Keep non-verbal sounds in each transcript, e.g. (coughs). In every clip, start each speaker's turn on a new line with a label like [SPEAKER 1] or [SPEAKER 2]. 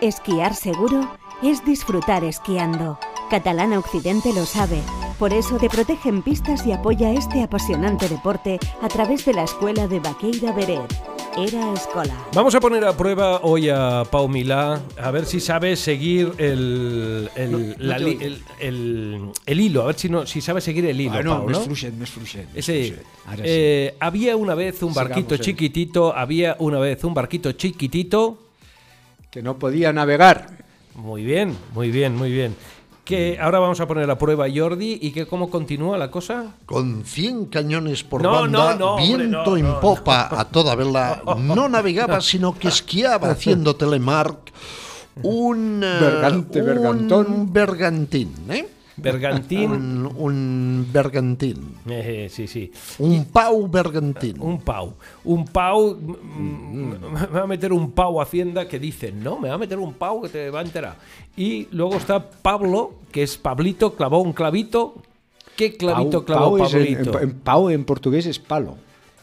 [SPEAKER 1] Esquiar seguro es disfrutar esquiando. Catalana Occidente lo sabe. Por eso te protege en pistas y apoya este apasionante deporte a través de la escuela de Baqueira Beret. Era Escola.
[SPEAKER 2] Vamos a poner a prueba hoy a Pau Milá, a ver si sabe seguir el, el, la li- el- el- el hilo, a ver si, no, si sabe seguir el hilo.
[SPEAKER 3] Ah, no,
[SPEAKER 2] Pau,
[SPEAKER 3] més
[SPEAKER 2] ¿no?
[SPEAKER 3] fluixet, més fluixet. més
[SPEAKER 2] Sí.
[SPEAKER 3] fluixet. Ara sí.
[SPEAKER 2] Eh, había una vez un
[SPEAKER 3] Sigamos,
[SPEAKER 2] barquito
[SPEAKER 3] eh.
[SPEAKER 2] chiquitito, había una vez un barquito chiquitito.
[SPEAKER 3] Que no podia navegar.
[SPEAKER 2] Muy bien, muy bien, muy bien.
[SPEAKER 3] Mm.
[SPEAKER 2] Que ahora vamos a poner a prueba Jordi y que cómo continúa la cosa.
[SPEAKER 4] Con 100 cañones por
[SPEAKER 2] No,
[SPEAKER 4] banda,
[SPEAKER 2] no, no, hombre,
[SPEAKER 4] viento
[SPEAKER 2] no,
[SPEAKER 4] en
[SPEAKER 2] no,
[SPEAKER 4] popa a toda vela,
[SPEAKER 2] (laughs)
[SPEAKER 4] no navegaba, sino que esquiaba haciendo telemark un, eh,
[SPEAKER 3] Bergante,
[SPEAKER 4] un
[SPEAKER 3] bergantón.
[SPEAKER 4] bergantín, ¿eh?
[SPEAKER 3] (laughs)
[SPEAKER 2] Bergantín.
[SPEAKER 4] Un, un bergantín,
[SPEAKER 2] Eh, sí, sí.
[SPEAKER 4] un pau bergantín.
[SPEAKER 2] Un pau. Un pau. mm, Me va a meter un pau a Hacienda que dice, no, me va a meter un pau que te va a enterar. Y luego está Pablo, que es Pablito, clavó un clavito. ¿Qué clavito clavó
[SPEAKER 3] és en, en,
[SPEAKER 2] Pablito?
[SPEAKER 3] en, Pau en portugués és palo.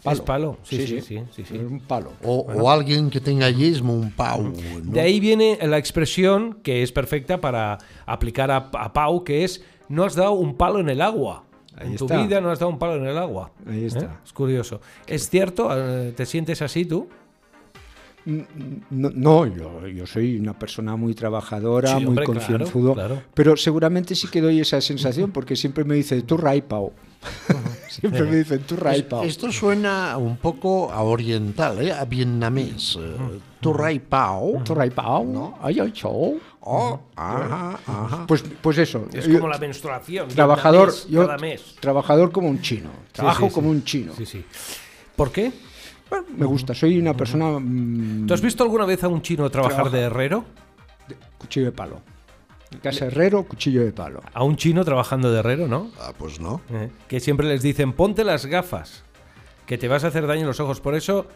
[SPEAKER 2] Es palo, sí, sí, sí, sí, sí.
[SPEAKER 3] És un palo.
[SPEAKER 4] O, o alguien que tenga yismo, un pau. ¿no?
[SPEAKER 2] De ahí viene la expresión que es perfecta para aplicar a, a Pau, que es no has dado un palo en el agua.
[SPEAKER 3] Ahí
[SPEAKER 2] en tu
[SPEAKER 3] está.
[SPEAKER 2] vida no has dado un palo en el agua.
[SPEAKER 3] Ahí
[SPEAKER 2] ¿Eh?
[SPEAKER 3] está.
[SPEAKER 2] Es curioso. ¿Es cierto? Eh, ¿Te sientes así tú?
[SPEAKER 3] No, no, yo, yo soy una persona muy trabajadora,
[SPEAKER 2] Sí,
[SPEAKER 3] muy
[SPEAKER 2] hombre, claro,
[SPEAKER 3] concienzudo,
[SPEAKER 2] claro.
[SPEAKER 3] pero seguramente sí que doy esa sensación porque siempre me dice
[SPEAKER 2] (laughs)
[SPEAKER 3] tú raipao. siempre me dicen tú raipao.
[SPEAKER 4] Esto suena un poco a oriental, ¿eh? a vietnamés. eh,
[SPEAKER 2] Mm.
[SPEAKER 4] Turrai pau.
[SPEAKER 3] Tú raipao, Ay, ay, chao.
[SPEAKER 4] Oh, ajá, ajá.
[SPEAKER 3] Pues, pues eso.
[SPEAKER 2] Es
[SPEAKER 3] yo-
[SPEAKER 2] como la menstruación. de
[SPEAKER 3] trabajador,
[SPEAKER 2] cada mes,
[SPEAKER 3] yo
[SPEAKER 2] cada mes.
[SPEAKER 3] trabajador como un chino. Trabajo
[SPEAKER 2] sí, sí.
[SPEAKER 3] como un chino.
[SPEAKER 2] Sí, sí. ¿Por qué?
[SPEAKER 3] Bueno, me gusta, soy una persona mm,
[SPEAKER 2] ¿Tú has visto alguna vez a un chino trabajar de herrero?
[SPEAKER 3] cuchillo de palo. En Casa herrero, cuchillo de palo.
[SPEAKER 2] A un chino trabajando de herrero, ¿no?
[SPEAKER 4] Ah, pues no.
[SPEAKER 2] Eh, Que siempre les dicen, ponte las gafas, que te vas a hacer daño en los ojos. Por eso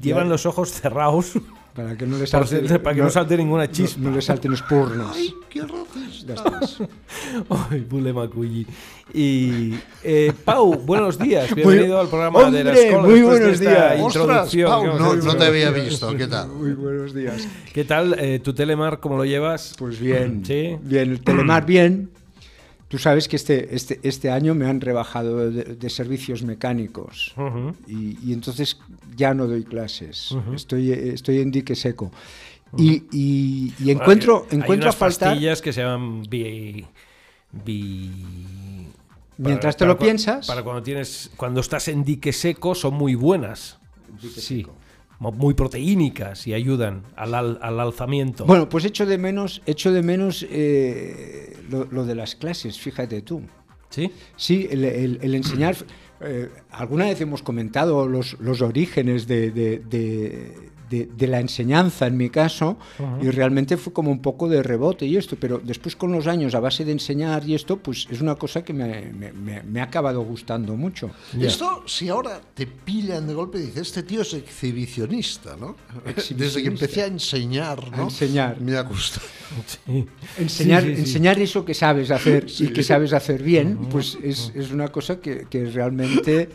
[SPEAKER 2] llevan los ojos cerrados. (laughs)
[SPEAKER 3] Para que no le
[SPEAKER 2] Para
[SPEAKER 3] salte,
[SPEAKER 2] que- para que no salte ninguna chispa.
[SPEAKER 3] No, no le salten espurnas.
[SPEAKER 4] Ay, qué racista.
[SPEAKER 2] (laughs) Ay, Bule Maculli. Y eh, Pau, buenos
[SPEAKER 3] (laughs)
[SPEAKER 2] días. Bienvenido al programa de la
[SPEAKER 3] hombre,
[SPEAKER 2] escuela.
[SPEAKER 3] muy
[SPEAKER 2] después de
[SPEAKER 3] buenos
[SPEAKER 2] esta
[SPEAKER 3] días.
[SPEAKER 4] Ostras,
[SPEAKER 2] Introducción.
[SPEAKER 4] Pau,
[SPEAKER 2] que hemos
[SPEAKER 4] no,
[SPEAKER 2] hecho.
[SPEAKER 4] no te había visto. ¿Qué tal?
[SPEAKER 3] Muy buenos días.
[SPEAKER 2] ¿Qué tal eh, tu telemar? ¿Cómo lo llevas?
[SPEAKER 3] Pues bien,
[SPEAKER 2] Sí.
[SPEAKER 3] bien, el Telemar bien. Tú sabes que este, este, este año me han rebajado de, de servicios mecánicos
[SPEAKER 2] Ujú.
[SPEAKER 3] y, y entonces ya no doy clases, estoy, estoy en dique seco. Y, y- y encuentro,
[SPEAKER 2] Bueno, hay-
[SPEAKER 3] encuentro
[SPEAKER 2] hay
[SPEAKER 3] a faltar,
[SPEAKER 2] pastillas que se llaman bi... bi-
[SPEAKER 3] mientras
[SPEAKER 2] para-
[SPEAKER 3] te
[SPEAKER 2] para
[SPEAKER 3] lo
[SPEAKER 2] cua-
[SPEAKER 3] piensas,
[SPEAKER 2] Para cuando tienes, cuando estás en dique seco son muy buenas. sí. Mo- Muy proteínicas y ayudan al, al- al alzamiento.
[SPEAKER 3] bueno, pues echo de menos, echo de menos eh, lo, lo de las clases, fíjate tú. (laughs)
[SPEAKER 2] ¿Sí?
[SPEAKER 3] Sí, el, el- el enseñar. eh, alguna vez hemos comentado los, los orígenes de, de- de- de- de la enseñanza, en mi caso, y realmente fue como un poco de rebote y esto, pero después con los años a base de enseñar y esto, pues es una cosa que me, me- me- me ha acabado gustando mucho.
[SPEAKER 4] Esto, si ahora te pillan de golpe, dices, este tío es exhibicionista, ¿no?
[SPEAKER 3] Exhibicionista.
[SPEAKER 4] Desde que empecé a enseñar, ¿no?
[SPEAKER 3] enseñar.
[SPEAKER 4] Me ha gustado.
[SPEAKER 2] Sí.
[SPEAKER 3] Enseñar,
[SPEAKER 2] Sí, sí, sí.
[SPEAKER 3] enseñar eso que sabes hacer y que sabes hacer bien, pues es, es una cosa que, que realmente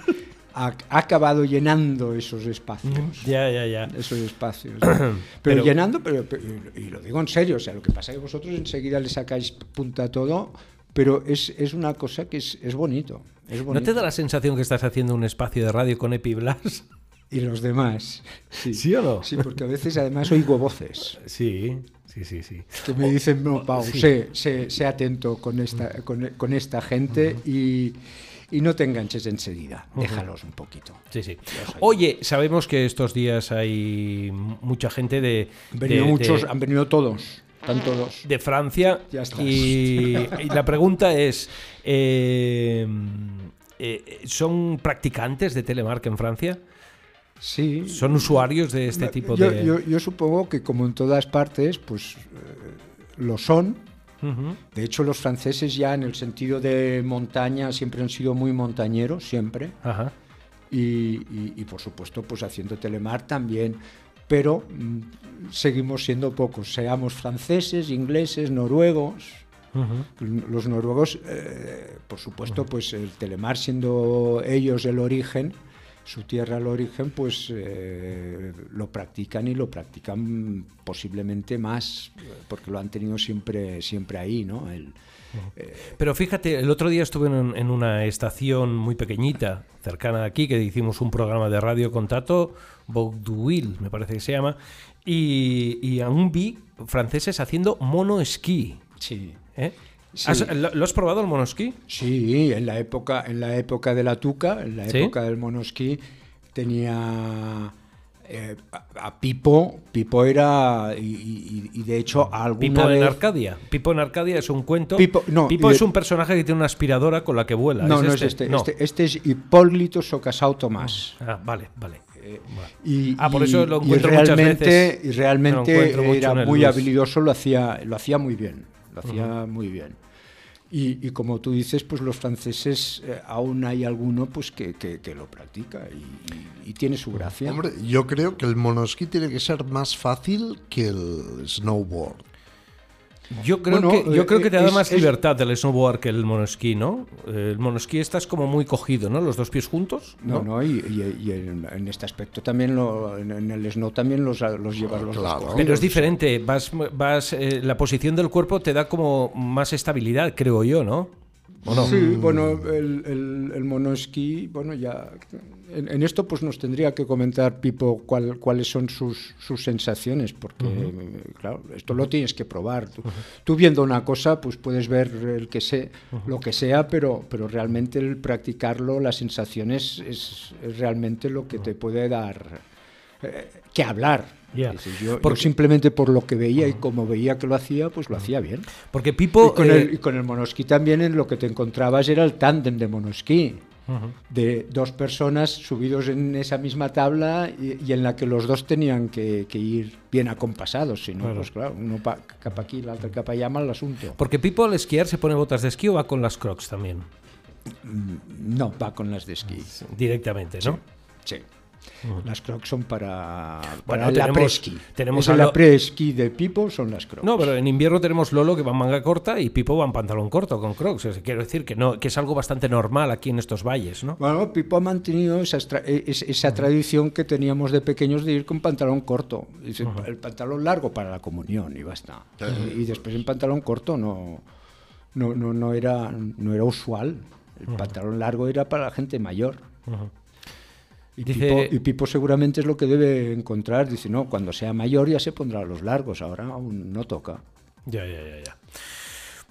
[SPEAKER 3] ha, ha acabado llenando esos espacios.
[SPEAKER 2] Ya, ya, ya.
[SPEAKER 3] esos espacios. ¿no? pero,
[SPEAKER 2] (coughs) Pero-
[SPEAKER 3] llenando, pero, pero- y lo digo en serio, o sea, lo que pasa es que vosotros enseguida le sacáis punta a todo, pero es, es una cosa que es, es bonito. es
[SPEAKER 2] ¿No te
[SPEAKER 3] bonito.
[SPEAKER 2] da la sensación que estás haciendo un espacio de radio con Epi Blas?
[SPEAKER 3] Y los demás. Sí.
[SPEAKER 2] ¿Sí o no?
[SPEAKER 3] Sí, porque a veces además oigo voces
[SPEAKER 2] Sí, sí, sí, sí.
[SPEAKER 3] que me dicen, no, Pau,
[SPEAKER 2] sí.
[SPEAKER 3] sé, sé- sé atento con esta, con, con esta gente y, y no te enganches enseguida, déjalos un poquito.
[SPEAKER 2] Sí, sí. Oye, sabemos que estos días hay mucha gente de,
[SPEAKER 3] Han venido
[SPEAKER 2] de-
[SPEAKER 3] muchos,
[SPEAKER 2] de-
[SPEAKER 3] han venido todos, están todos.
[SPEAKER 2] de Francia
[SPEAKER 3] Ya está. (laughs)
[SPEAKER 2] y, y la pregunta es, eh, eh, ¿son practicantes de Telemark en Francia?
[SPEAKER 3] Sí.
[SPEAKER 2] ¿Son usuarios de este tipo
[SPEAKER 3] Mm. yo,
[SPEAKER 2] de...?
[SPEAKER 3] yo- yo supongo que como en todas partes, pues eh, lo son.
[SPEAKER 2] Ujú.
[SPEAKER 3] De hecho, los franceses ya en el sentido de montaña siempre han sido muy montañeros, siempre.
[SPEAKER 2] Ajá.
[SPEAKER 3] Y, y- y, por supuesto, pues haciendo telemar también. Pero mm, seguimos siendo pocos, seamos franceses, ingleses, noruegos.
[SPEAKER 2] Ujú.
[SPEAKER 3] Los noruegos, eh, por supuesto, pues el telemar siendo ellos el origen, su tierra al origen, pues eh, lo practican y lo practican posiblemente más, porque lo han tenido siempre, siempre ahí, ¿no? El,
[SPEAKER 2] Pero fíjate, el otro día estuve en, en una estación muy pequeñita, cercana de aquí, que hicimos un programa de radio con Tato Bouduil, me parece que se llama, y, y aún vi franceses haciendo mono esquí.
[SPEAKER 3] sí.
[SPEAKER 2] ¿eh?
[SPEAKER 3] Sí.
[SPEAKER 2] ¿Has- lo, lo has probado el mono esquí?
[SPEAKER 3] Sí, en la época, en la época de la tuca, en la
[SPEAKER 2] ¿Sí?
[SPEAKER 3] época del monosquí, tenía eh, a, a Pipo. Pipo era y, y- y de hecho alguna
[SPEAKER 2] Pipo en
[SPEAKER 3] vez-
[SPEAKER 2] Arcadia. Pipo en Arcadia es un cuento.
[SPEAKER 3] Pipo- no,
[SPEAKER 2] Pipo
[SPEAKER 3] y-
[SPEAKER 2] es un personaje que tiene una aspiradora con la que vuela.
[SPEAKER 3] No, no
[SPEAKER 2] este?
[SPEAKER 3] es este,
[SPEAKER 2] No.
[SPEAKER 3] este. este es Hipólito Socasau Tomás.
[SPEAKER 2] Ah, vale, vale.
[SPEAKER 3] Eh,
[SPEAKER 2] Vale.
[SPEAKER 3] Y,
[SPEAKER 2] Ah, por eso lo
[SPEAKER 3] y
[SPEAKER 2] encuentro muchas
[SPEAKER 3] realmente,
[SPEAKER 2] veces.
[SPEAKER 3] Y
[SPEAKER 2] Me lo encuentro
[SPEAKER 3] realmente
[SPEAKER 2] mucho
[SPEAKER 3] era
[SPEAKER 2] en el
[SPEAKER 3] muy
[SPEAKER 2] Luis.
[SPEAKER 3] habilidoso, lo hacía, lo hacía muy bien. Lo hacía muy bien. Y, y como tú dices, pues los franceses, eh, aún hay alguno pues que, que- que lo practica y, y- y tiene su gracia.
[SPEAKER 4] Hombre, yo creo que el monosquí tiene que ser más fácil que el snowboard.
[SPEAKER 2] Yo creo,
[SPEAKER 3] Bueno,
[SPEAKER 2] que, yo
[SPEAKER 3] eh,
[SPEAKER 2] creo que te da
[SPEAKER 3] es-
[SPEAKER 2] más
[SPEAKER 3] es-
[SPEAKER 2] libertad el snowboard que el monosquí, ¿no? Eh, El monosquí estás como muy cogido, ¿no? Los dos pies juntos.
[SPEAKER 3] no, no, y, y- y en, en este aspecto también, lo- en, en el snow también los, los llevas los dos
[SPEAKER 4] Claro.
[SPEAKER 3] cogidos.
[SPEAKER 2] Pero es diferente, vas, vas, eh, la posición del cuerpo te da como más estabilidad, creo yo, ¿no?
[SPEAKER 3] Sí, bueno, el, el, el monoesquí, bueno, ya. En, en esto, pues nos tendría que comentar, Pipo, cuál- cuáles son sus, sus sensaciones, porque, claro, esto lo tienes que probar. Tú, tú viendo una cosa, pues puedes ver el que sé, lo que sea, pero, pero realmente el practicarlo, las sensaciones, es, es realmente lo que te puede dar eh, que hablar.
[SPEAKER 2] Ya.
[SPEAKER 3] Es decir, yo- yo,
[SPEAKER 2] Porque-
[SPEAKER 3] simplemente por lo que veía y como veía que lo hacía, pues lo hacía bien.
[SPEAKER 2] Porque
[SPEAKER 3] Y
[SPEAKER 2] Pipo...
[SPEAKER 3] con,
[SPEAKER 2] eh,
[SPEAKER 3] el, y con el monosquí también en lo que te encontrabas era el tándem de monosquí.
[SPEAKER 2] Ujú.
[SPEAKER 3] De dos personas subidos en esa misma tabla y, y en la que los dos tenían que, que ir bien acompasados, si no,
[SPEAKER 2] Claro.
[SPEAKER 3] pues claro, uno pa, capa aquí, el otro capa allá, mal asunto.
[SPEAKER 2] Porque Pipo al esquiar se pone botas de esquí o va con las crocs también,
[SPEAKER 3] No, va con las de esquí.
[SPEAKER 2] directamente, ¿no?
[SPEAKER 3] Sí. Las crocs son para,
[SPEAKER 2] Bueno,
[SPEAKER 3] para el
[SPEAKER 2] tenemos-
[SPEAKER 3] apresquí.
[SPEAKER 2] tenemos
[SPEAKER 3] Es el
[SPEAKER 2] a lo-
[SPEAKER 3] apresquí de Pipo son las crocs.
[SPEAKER 2] No, pero en invierno tenemos Lolo que va en manga corta y Pipo va en pantalón corto con crocs. O sea, quiero decir que, no, que es algo bastante normal aquí en estos valles, ¿no?
[SPEAKER 3] Bueno, Pipo ha mantenido esa, estra- e- es- esa tradición que teníamos de pequeños de ir con pantalón corto. Es el, el pantalón largo para la comunión y basta. Y, y después en pantalón corto no, no, no, no era, no era usual. El pantalón largo era para la gente mayor. Y,
[SPEAKER 2] Dice-
[SPEAKER 3] Pipo, y Pipo seguramente es lo que debe encontrar. Dice, no, cuando sea mayor ya se pondrá los largos, ahora aún no toca.
[SPEAKER 2] Ya, ya, ya, ya.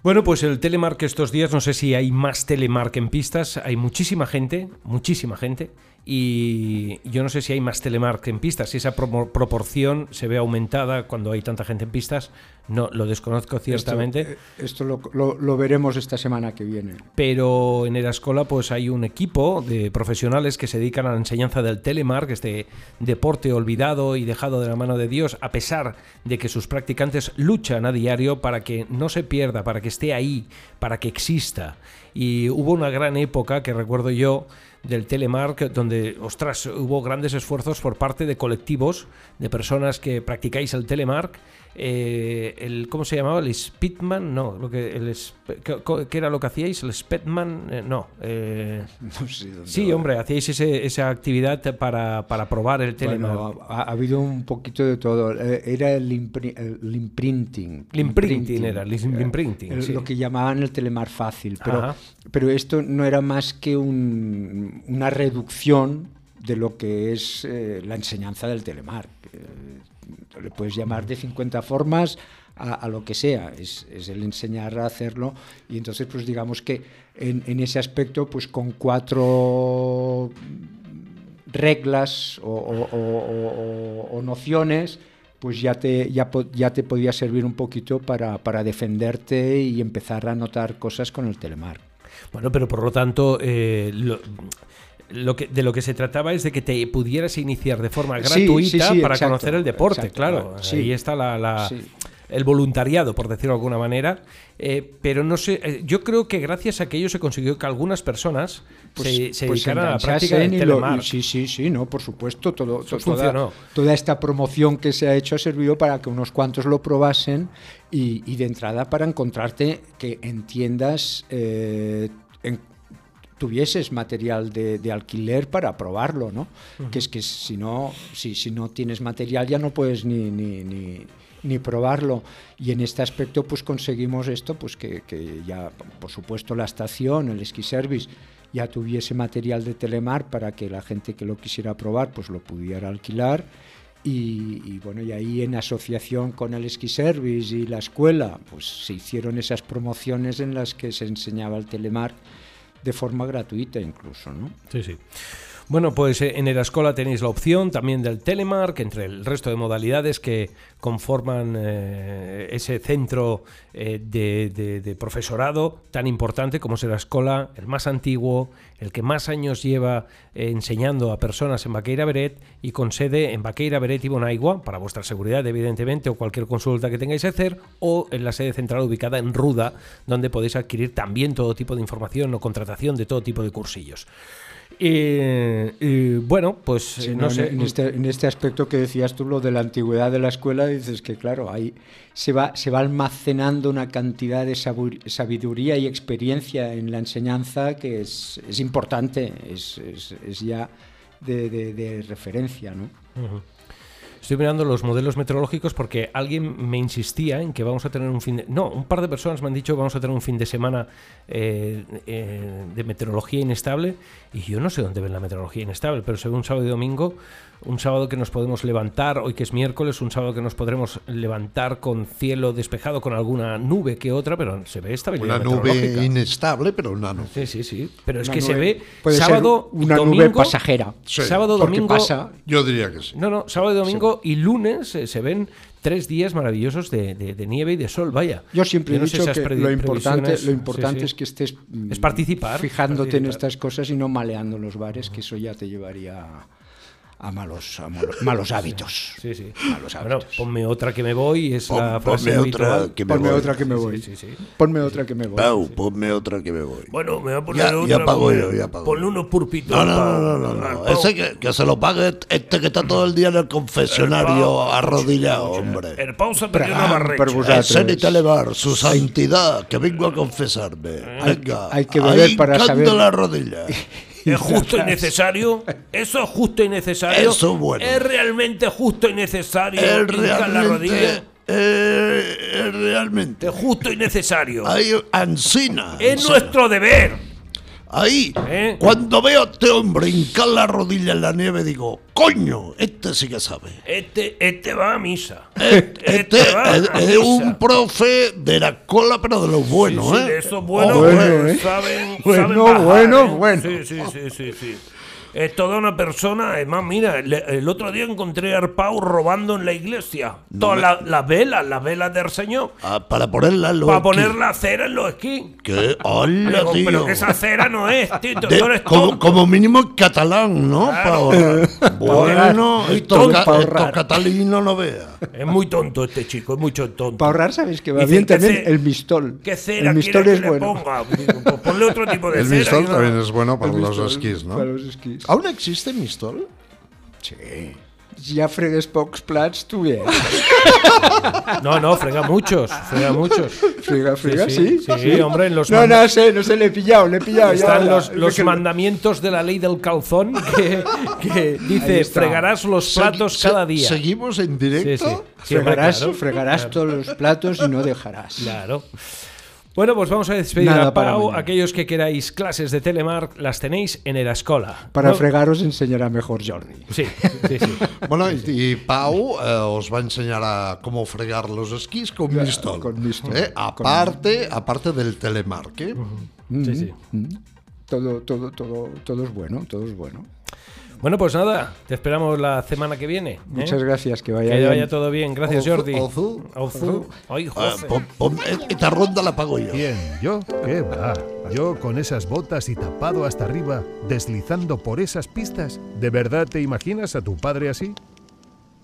[SPEAKER 2] Bueno, pues el telemark estos días, no sé si hay más telemark en pistas, hay muchísima gente, muchísima gente, y yo no sé si hay más telemark en pistas, si esa promo- proporción se ve aumentada cuando hay tanta gente en pistas, no, lo desconozco ciertamente.
[SPEAKER 3] Esto, eh, esto lo, lo- lo veremos esta semana que viene. (laughs)
[SPEAKER 2] pero en Erascola pues hay un equipo de profesionales que se dedican a la enseñanza del telemark, este deporte olvidado y dejado de la mano de Dios, a pesar de que sus practicantes luchan a diario para que no se pierda, para que esté ahí, para que exista. Y hubo una gran época que recuerdo yo del telemark donde, ostras, hubo grandes esfuerzos por parte de colectivos, de personas que practicáis el telemark. eh, el, ¿Cómo se llamaba? ¿El Speedman? No, lo que, el, sp- ¿qué- co- ¿qué era lo que hacíais? ¿El Speedman? Eh, no. eh,
[SPEAKER 3] No sé dónde
[SPEAKER 2] sí,
[SPEAKER 3] va.
[SPEAKER 2] hombre, hacíais ese- esa actividad para, para probar el telemark.
[SPEAKER 3] Bueno, ha, ha habido un poquito de todo. Eh, Era el, impri- el imprinting.
[SPEAKER 2] El imprinting era, el
[SPEAKER 3] Eh,
[SPEAKER 2] imprinting,
[SPEAKER 3] el-
[SPEAKER 2] sí.
[SPEAKER 3] Lo que llamaban el telemar fácil. Pero,
[SPEAKER 2] Ajá.
[SPEAKER 3] pero esto no era más que un- una reducción de lo que es eh, la enseñanza del telemar. Eh, le puedes llamar de 50 formas a, a lo que sea. Es, es el enseñar a hacerlo. Y entonces, pues digamos que en, en ese aspecto, pues con cuatro reglas o, o- o- o- o nociones, pues ya te, ya, po- ya te podía servir un poquito para, para defenderte y empezar a notar cosas con el telemar.
[SPEAKER 2] Bueno, pero por lo tanto, eh, lo, lo que, de lo que se trataba es de que te pudieras iniciar de forma
[SPEAKER 3] Sí, sí,
[SPEAKER 2] gratuita
[SPEAKER 3] sí,
[SPEAKER 2] para
[SPEAKER 3] exacto,
[SPEAKER 2] conocer el deporte,
[SPEAKER 3] exacto,
[SPEAKER 2] claro.
[SPEAKER 3] claro, sí.
[SPEAKER 2] Ahí está la, la-
[SPEAKER 3] Sí.
[SPEAKER 2] el voluntariado, por decirlo de alguna manera. Eh, pero no sé, eh, yo creo que gracias a aquello se consiguió que algunas personas se, se dedicaran a la práctica
[SPEAKER 3] Pues, enganchasen
[SPEAKER 2] del
[SPEAKER 3] y lo-
[SPEAKER 2] telemark.
[SPEAKER 3] y sí, sí, sí, no, por supuesto, todo, to-
[SPEAKER 2] funcionó.
[SPEAKER 3] toda, toda esta promoción que se ha hecho ha servido para que unos cuantos lo probasen y, y de entrada para encontrarte que entiendas eh, en- tuvieses material de, de alquiler para probarlo, ¿no? Que es que si no, si, si no tienes material ya no puedes ni, ni, ni, ni probarlo. Y en este aspecto pues conseguimos esto, pues que, que ya, por supuesto, la estación, el ski service, ya tuviese material de Telemar para que la gente que lo quisiera probar pues lo pudiera alquilar. Y, y, bueno, y ahí en asociación con el Ski Service y la escuela, pues se hicieron esas promociones en las que se enseñaba el telemark de forma gratuita incluso, ¿no?
[SPEAKER 2] Sí, sí. Bueno, pues eh, en Erascola tenéis la opción también del telemark, entre el resto de modalidades que conforman eh, ese centro eh, de, de- de profesorado tan importante como es Erascola, el más antiguo, el que más años lleva eh, enseñando a personas en Baqueira Beret y con sede en Baqueira Beret y Bonaigua, para vuestra seguridad, evidentemente, o cualquier consulta que tengáis que hacer, o en la sede central ubicada en Ruda, donde podéis adquirir también todo tipo de información o contratación de todo tipo de cursillos. Eh, eh, bueno, pues
[SPEAKER 3] Sí,
[SPEAKER 2] eh,
[SPEAKER 3] no,
[SPEAKER 2] no
[SPEAKER 3] en-
[SPEAKER 2] sé.
[SPEAKER 3] en, este, en este aspecto que decías tú, lo de la antigüedad de la escuela, dices que claro, ahí se va, se va almacenando una cantidad de sabur- sabiduría y experiencia en la enseñanza que es, es importante, es, es- es ya de, de- de referencia, ¿no?
[SPEAKER 2] Estoy mirando los modelos meteorológicos porque alguien me insistía en que vamos a tener un fin de... No, un par de personas me han dicho que vamos a tener un fin de semana eh, eh, de meteorología inestable y yo no sé dónde ven la meteorología inestable, pero se ve un sábado y domingo, un sábado que nos podemos levantar, hoy que es miércoles, un sábado que nos podremos levantar con cielo despejado, con alguna nube que otra, pero se ve estabilidad
[SPEAKER 4] Una nube
[SPEAKER 2] meteorológica.
[SPEAKER 4] inestable, pero una nube.
[SPEAKER 2] Sí, sí, sí. Pero es
[SPEAKER 3] Una
[SPEAKER 2] que se
[SPEAKER 3] nube-
[SPEAKER 2] ve
[SPEAKER 3] puede ser
[SPEAKER 2] sábado,
[SPEAKER 3] una
[SPEAKER 2] domingo,
[SPEAKER 3] nube pasajera.
[SPEAKER 4] Sí,
[SPEAKER 2] sábado,
[SPEAKER 3] porque
[SPEAKER 2] domingo,
[SPEAKER 3] pasa.
[SPEAKER 4] Yo diría que sí.
[SPEAKER 2] No, no, sábado y domingo y lunes eh, se ven tres días maravillosos de, de- de nieve y de sol, vaya.
[SPEAKER 3] Yo siempre he
[SPEAKER 2] no sé
[SPEAKER 3] dicho
[SPEAKER 2] esas
[SPEAKER 3] que
[SPEAKER 2] previ-
[SPEAKER 3] lo importante,
[SPEAKER 2] previsiones-
[SPEAKER 3] lo importante
[SPEAKER 2] sí, sí.
[SPEAKER 3] es que estés mm,
[SPEAKER 2] Es participar,
[SPEAKER 3] fijándote en
[SPEAKER 2] participar.
[SPEAKER 3] estas cosas y no maleando en los bares, que eso ya te llevaría a, a malos, a malos, malos hábitos.
[SPEAKER 2] Sí, sí.
[SPEAKER 3] Malos
[SPEAKER 2] Bueno,
[SPEAKER 3] hábitos.
[SPEAKER 2] ponme otra que me voy, es
[SPEAKER 4] Pon-
[SPEAKER 2] la frase
[SPEAKER 4] Pues ponme otra
[SPEAKER 2] habitual.
[SPEAKER 4] que me
[SPEAKER 3] Ponme
[SPEAKER 4] voy.
[SPEAKER 3] otra que me voy.
[SPEAKER 2] sí, sí.
[SPEAKER 3] Ponme otra que me voy. (laughs)
[SPEAKER 4] Pau, ponme otra que me voy.
[SPEAKER 2] Bueno, me voy a poner
[SPEAKER 4] Ya,
[SPEAKER 2] otra.
[SPEAKER 4] ya pago
[SPEAKER 2] ponme-
[SPEAKER 4] yo, ya pago.
[SPEAKER 2] Ponle
[SPEAKER 4] yo.
[SPEAKER 2] unos purpitos.
[SPEAKER 4] No, no,
[SPEAKER 2] Pau.
[SPEAKER 4] no, no, no,
[SPEAKER 2] Al
[SPEAKER 4] no.
[SPEAKER 2] Pau-
[SPEAKER 4] Ese que, que se lo pague este que está todo el día en el confesionario arrodillado, hombre.
[SPEAKER 2] El Pau se ha perdido una
[SPEAKER 3] Pregam per
[SPEAKER 2] barrecha.
[SPEAKER 3] vos-
[SPEAKER 4] Ese ni
[SPEAKER 3] Vosaltres.
[SPEAKER 4] Televar, su santidad, que vengo a confesarme. Venga,
[SPEAKER 3] hay que beber
[SPEAKER 4] ahí
[SPEAKER 3] para
[SPEAKER 4] canto
[SPEAKER 3] saber.
[SPEAKER 4] la rodilla.
[SPEAKER 2] ¿Es justo y
[SPEAKER 3] atrás.
[SPEAKER 2] necesario? ¿Eso es justo y necesario?
[SPEAKER 4] Eso bueno.
[SPEAKER 2] ¿Es realmente justo y necesario
[SPEAKER 4] Es
[SPEAKER 2] hincar la
[SPEAKER 4] realmente,
[SPEAKER 2] rodilla?
[SPEAKER 4] eh, es realmente.
[SPEAKER 2] ¿Es justo y necesario?
[SPEAKER 4] Ahí, Ancina.
[SPEAKER 2] ¡Es
[SPEAKER 4] Ancina.
[SPEAKER 2] nuestro deber!
[SPEAKER 4] Ahí,
[SPEAKER 2] ¿Eh?
[SPEAKER 4] cuando veo a este hombre hincar la rodilla en la nieve, digo, coño, este sí que sabe.
[SPEAKER 2] Este, este va a misa.
[SPEAKER 4] Este,
[SPEAKER 2] va
[SPEAKER 4] es,
[SPEAKER 2] a
[SPEAKER 4] es
[SPEAKER 2] misa.
[SPEAKER 4] un profe de la cola, pero de los
[SPEAKER 2] Sí,
[SPEAKER 4] buenos,
[SPEAKER 2] sí,
[SPEAKER 4] ¿eh?
[SPEAKER 2] de esos buenos, pues.
[SPEAKER 4] Oh,
[SPEAKER 3] Bueno,
[SPEAKER 2] bueno,
[SPEAKER 3] ¿eh?
[SPEAKER 2] saben,
[SPEAKER 3] Bueno,
[SPEAKER 2] saben bajar,
[SPEAKER 3] bueno,
[SPEAKER 2] ¿eh?
[SPEAKER 3] bueno.
[SPEAKER 2] Sí, sí, sí, sí, sí. Es toda una persona, además, mira, le- el otro día encontré a Arpau robando en la iglesia. Todas
[SPEAKER 4] me-
[SPEAKER 2] la- las velas, las velas del Señor.
[SPEAKER 4] Ah, para ponerla en los
[SPEAKER 2] Para
[SPEAKER 4] esquís.
[SPEAKER 2] poner la cera en los esquí.
[SPEAKER 4] Que, hola,
[SPEAKER 2] Digo,
[SPEAKER 4] tío.
[SPEAKER 2] pero que esa cera no es, tío. tú
[SPEAKER 4] De-
[SPEAKER 2] eres
[SPEAKER 4] como,
[SPEAKER 2] tonto.
[SPEAKER 4] como mínimo catalán, ¿no?
[SPEAKER 2] Claro.
[SPEAKER 4] Pa' (laughs) ahorrar. bueno,
[SPEAKER 3] ahorrar.
[SPEAKER 4] estos,
[SPEAKER 3] Todo
[SPEAKER 4] ca-
[SPEAKER 3] pa'
[SPEAKER 4] estos
[SPEAKER 3] ahorrar.
[SPEAKER 4] catalinos no veas.
[SPEAKER 2] Es muy tonto este chico, es mucho tonto.
[SPEAKER 3] Para ahorrar, ¿sabes que va
[SPEAKER 2] Dicen,
[SPEAKER 3] bien
[SPEAKER 2] ¿qué
[SPEAKER 3] también?
[SPEAKER 2] ce-
[SPEAKER 3] El mistol.
[SPEAKER 2] ¿Qué cera
[SPEAKER 3] el mistol
[SPEAKER 2] quieres
[SPEAKER 3] es
[SPEAKER 2] que
[SPEAKER 3] bueno.
[SPEAKER 2] le ponga? Digo, pues ponle otro tipo de
[SPEAKER 5] El
[SPEAKER 2] cera.
[SPEAKER 5] mistol
[SPEAKER 2] y una-
[SPEAKER 5] también es bueno para
[SPEAKER 3] El
[SPEAKER 5] los
[SPEAKER 3] mistol,
[SPEAKER 5] esquís, ¿no?
[SPEAKER 3] Para los esquís.
[SPEAKER 4] ¿Aún existe Mistol?
[SPEAKER 3] Sí. Ja fregues pocs plats, tu bé.
[SPEAKER 2] No, no, frega muchos, frega muchos.
[SPEAKER 3] Frega, frega,
[SPEAKER 2] sí,
[SPEAKER 3] sí.
[SPEAKER 2] sí, hombre, en los
[SPEAKER 3] No,
[SPEAKER 2] manda-
[SPEAKER 3] no sé, no sé, le he pillado, le he pillado. ya,
[SPEAKER 2] Están
[SPEAKER 3] ya.
[SPEAKER 2] los, los
[SPEAKER 3] Es que-
[SPEAKER 2] mandamientos de la ley del calzón que, que
[SPEAKER 3] Ahí
[SPEAKER 2] dice
[SPEAKER 3] está.
[SPEAKER 2] fregarás los platos
[SPEAKER 4] Se-
[SPEAKER 2] cada día.
[SPEAKER 4] ¿Seguimos en
[SPEAKER 2] Sí, sí.
[SPEAKER 4] directo?
[SPEAKER 3] (laughs)
[SPEAKER 2] Sí, hombre,
[SPEAKER 3] fregarás,
[SPEAKER 2] claro.
[SPEAKER 3] fregarás todos los platos y no dejarás.
[SPEAKER 2] Claro. Bueno, pues vamos a despedir
[SPEAKER 3] Nada
[SPEAKER 2] a
[SPEAKER 3] para
[SPEAKER 2] Pau.
[SPEAKER 3] mañana.
[SPEAKER 2] Aquellos que queráis clases de Telemark las tenéis en Erascola.
[SPEAKER 3] Para
[SPEAKER 2] ¿no?
[SPEAKER 3] fregaros enseñará mejor Jordi.
[SPEAKER 2] Sí, sí,
[SPEAKER 3] (laughs)
[SPEAKER 2] sí.
[SPEAKER 4] Bueno, i, i Pau eh, os va a enseñar a cómo fregar los esquís con
[SPEAKER 3] Ya,
[SPEAKER 4] Mistol.
[SPEAKER 3] con Mistol.
[SPEAKER 4] ¿eh? Aparte, aparte del telemarque.
[SPEAKER 3] Mm-hmm.
[SPEAKER 2] sí, sí.
[SPEAKER 3] Todo, todo, todo, todo es bueno, todo es bueno.
[SPEAKER 2] Bueno, pues nada, te esperamos la semana que viene. ¿eh?
[SPEAKER 3] Muchas gracias, que vaya
[SPEAKER 2] Que
[SPEAKER 3] bien.
[SPEAKER 2] vaya todo bien. Gracias,
[SPEAKER 4] Ozu,
[SPEAKER 2] Jordi.
[SPEAKER 4] ozu. Ah,
[SPEAKER 2] Ozu. Ay,
[SPEAKER 4] eh,
[SPEAKER 2] José.
[SPEAKER 4] esta ronda la pago yo.
[SPEAKER 5] ¿Quién? ¿Yo? ¿Qué va? Yo con esas botas y tapado hasta arriba, deslizando por esas pistas. ¿De verdad te imaginas a tu padre así?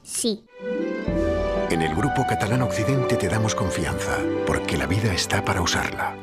[SPEAKER 6] Sí.
[SPEAKER 7] En el Grupo Catalán Occidente te damos confianza, porque la vida está para usarla.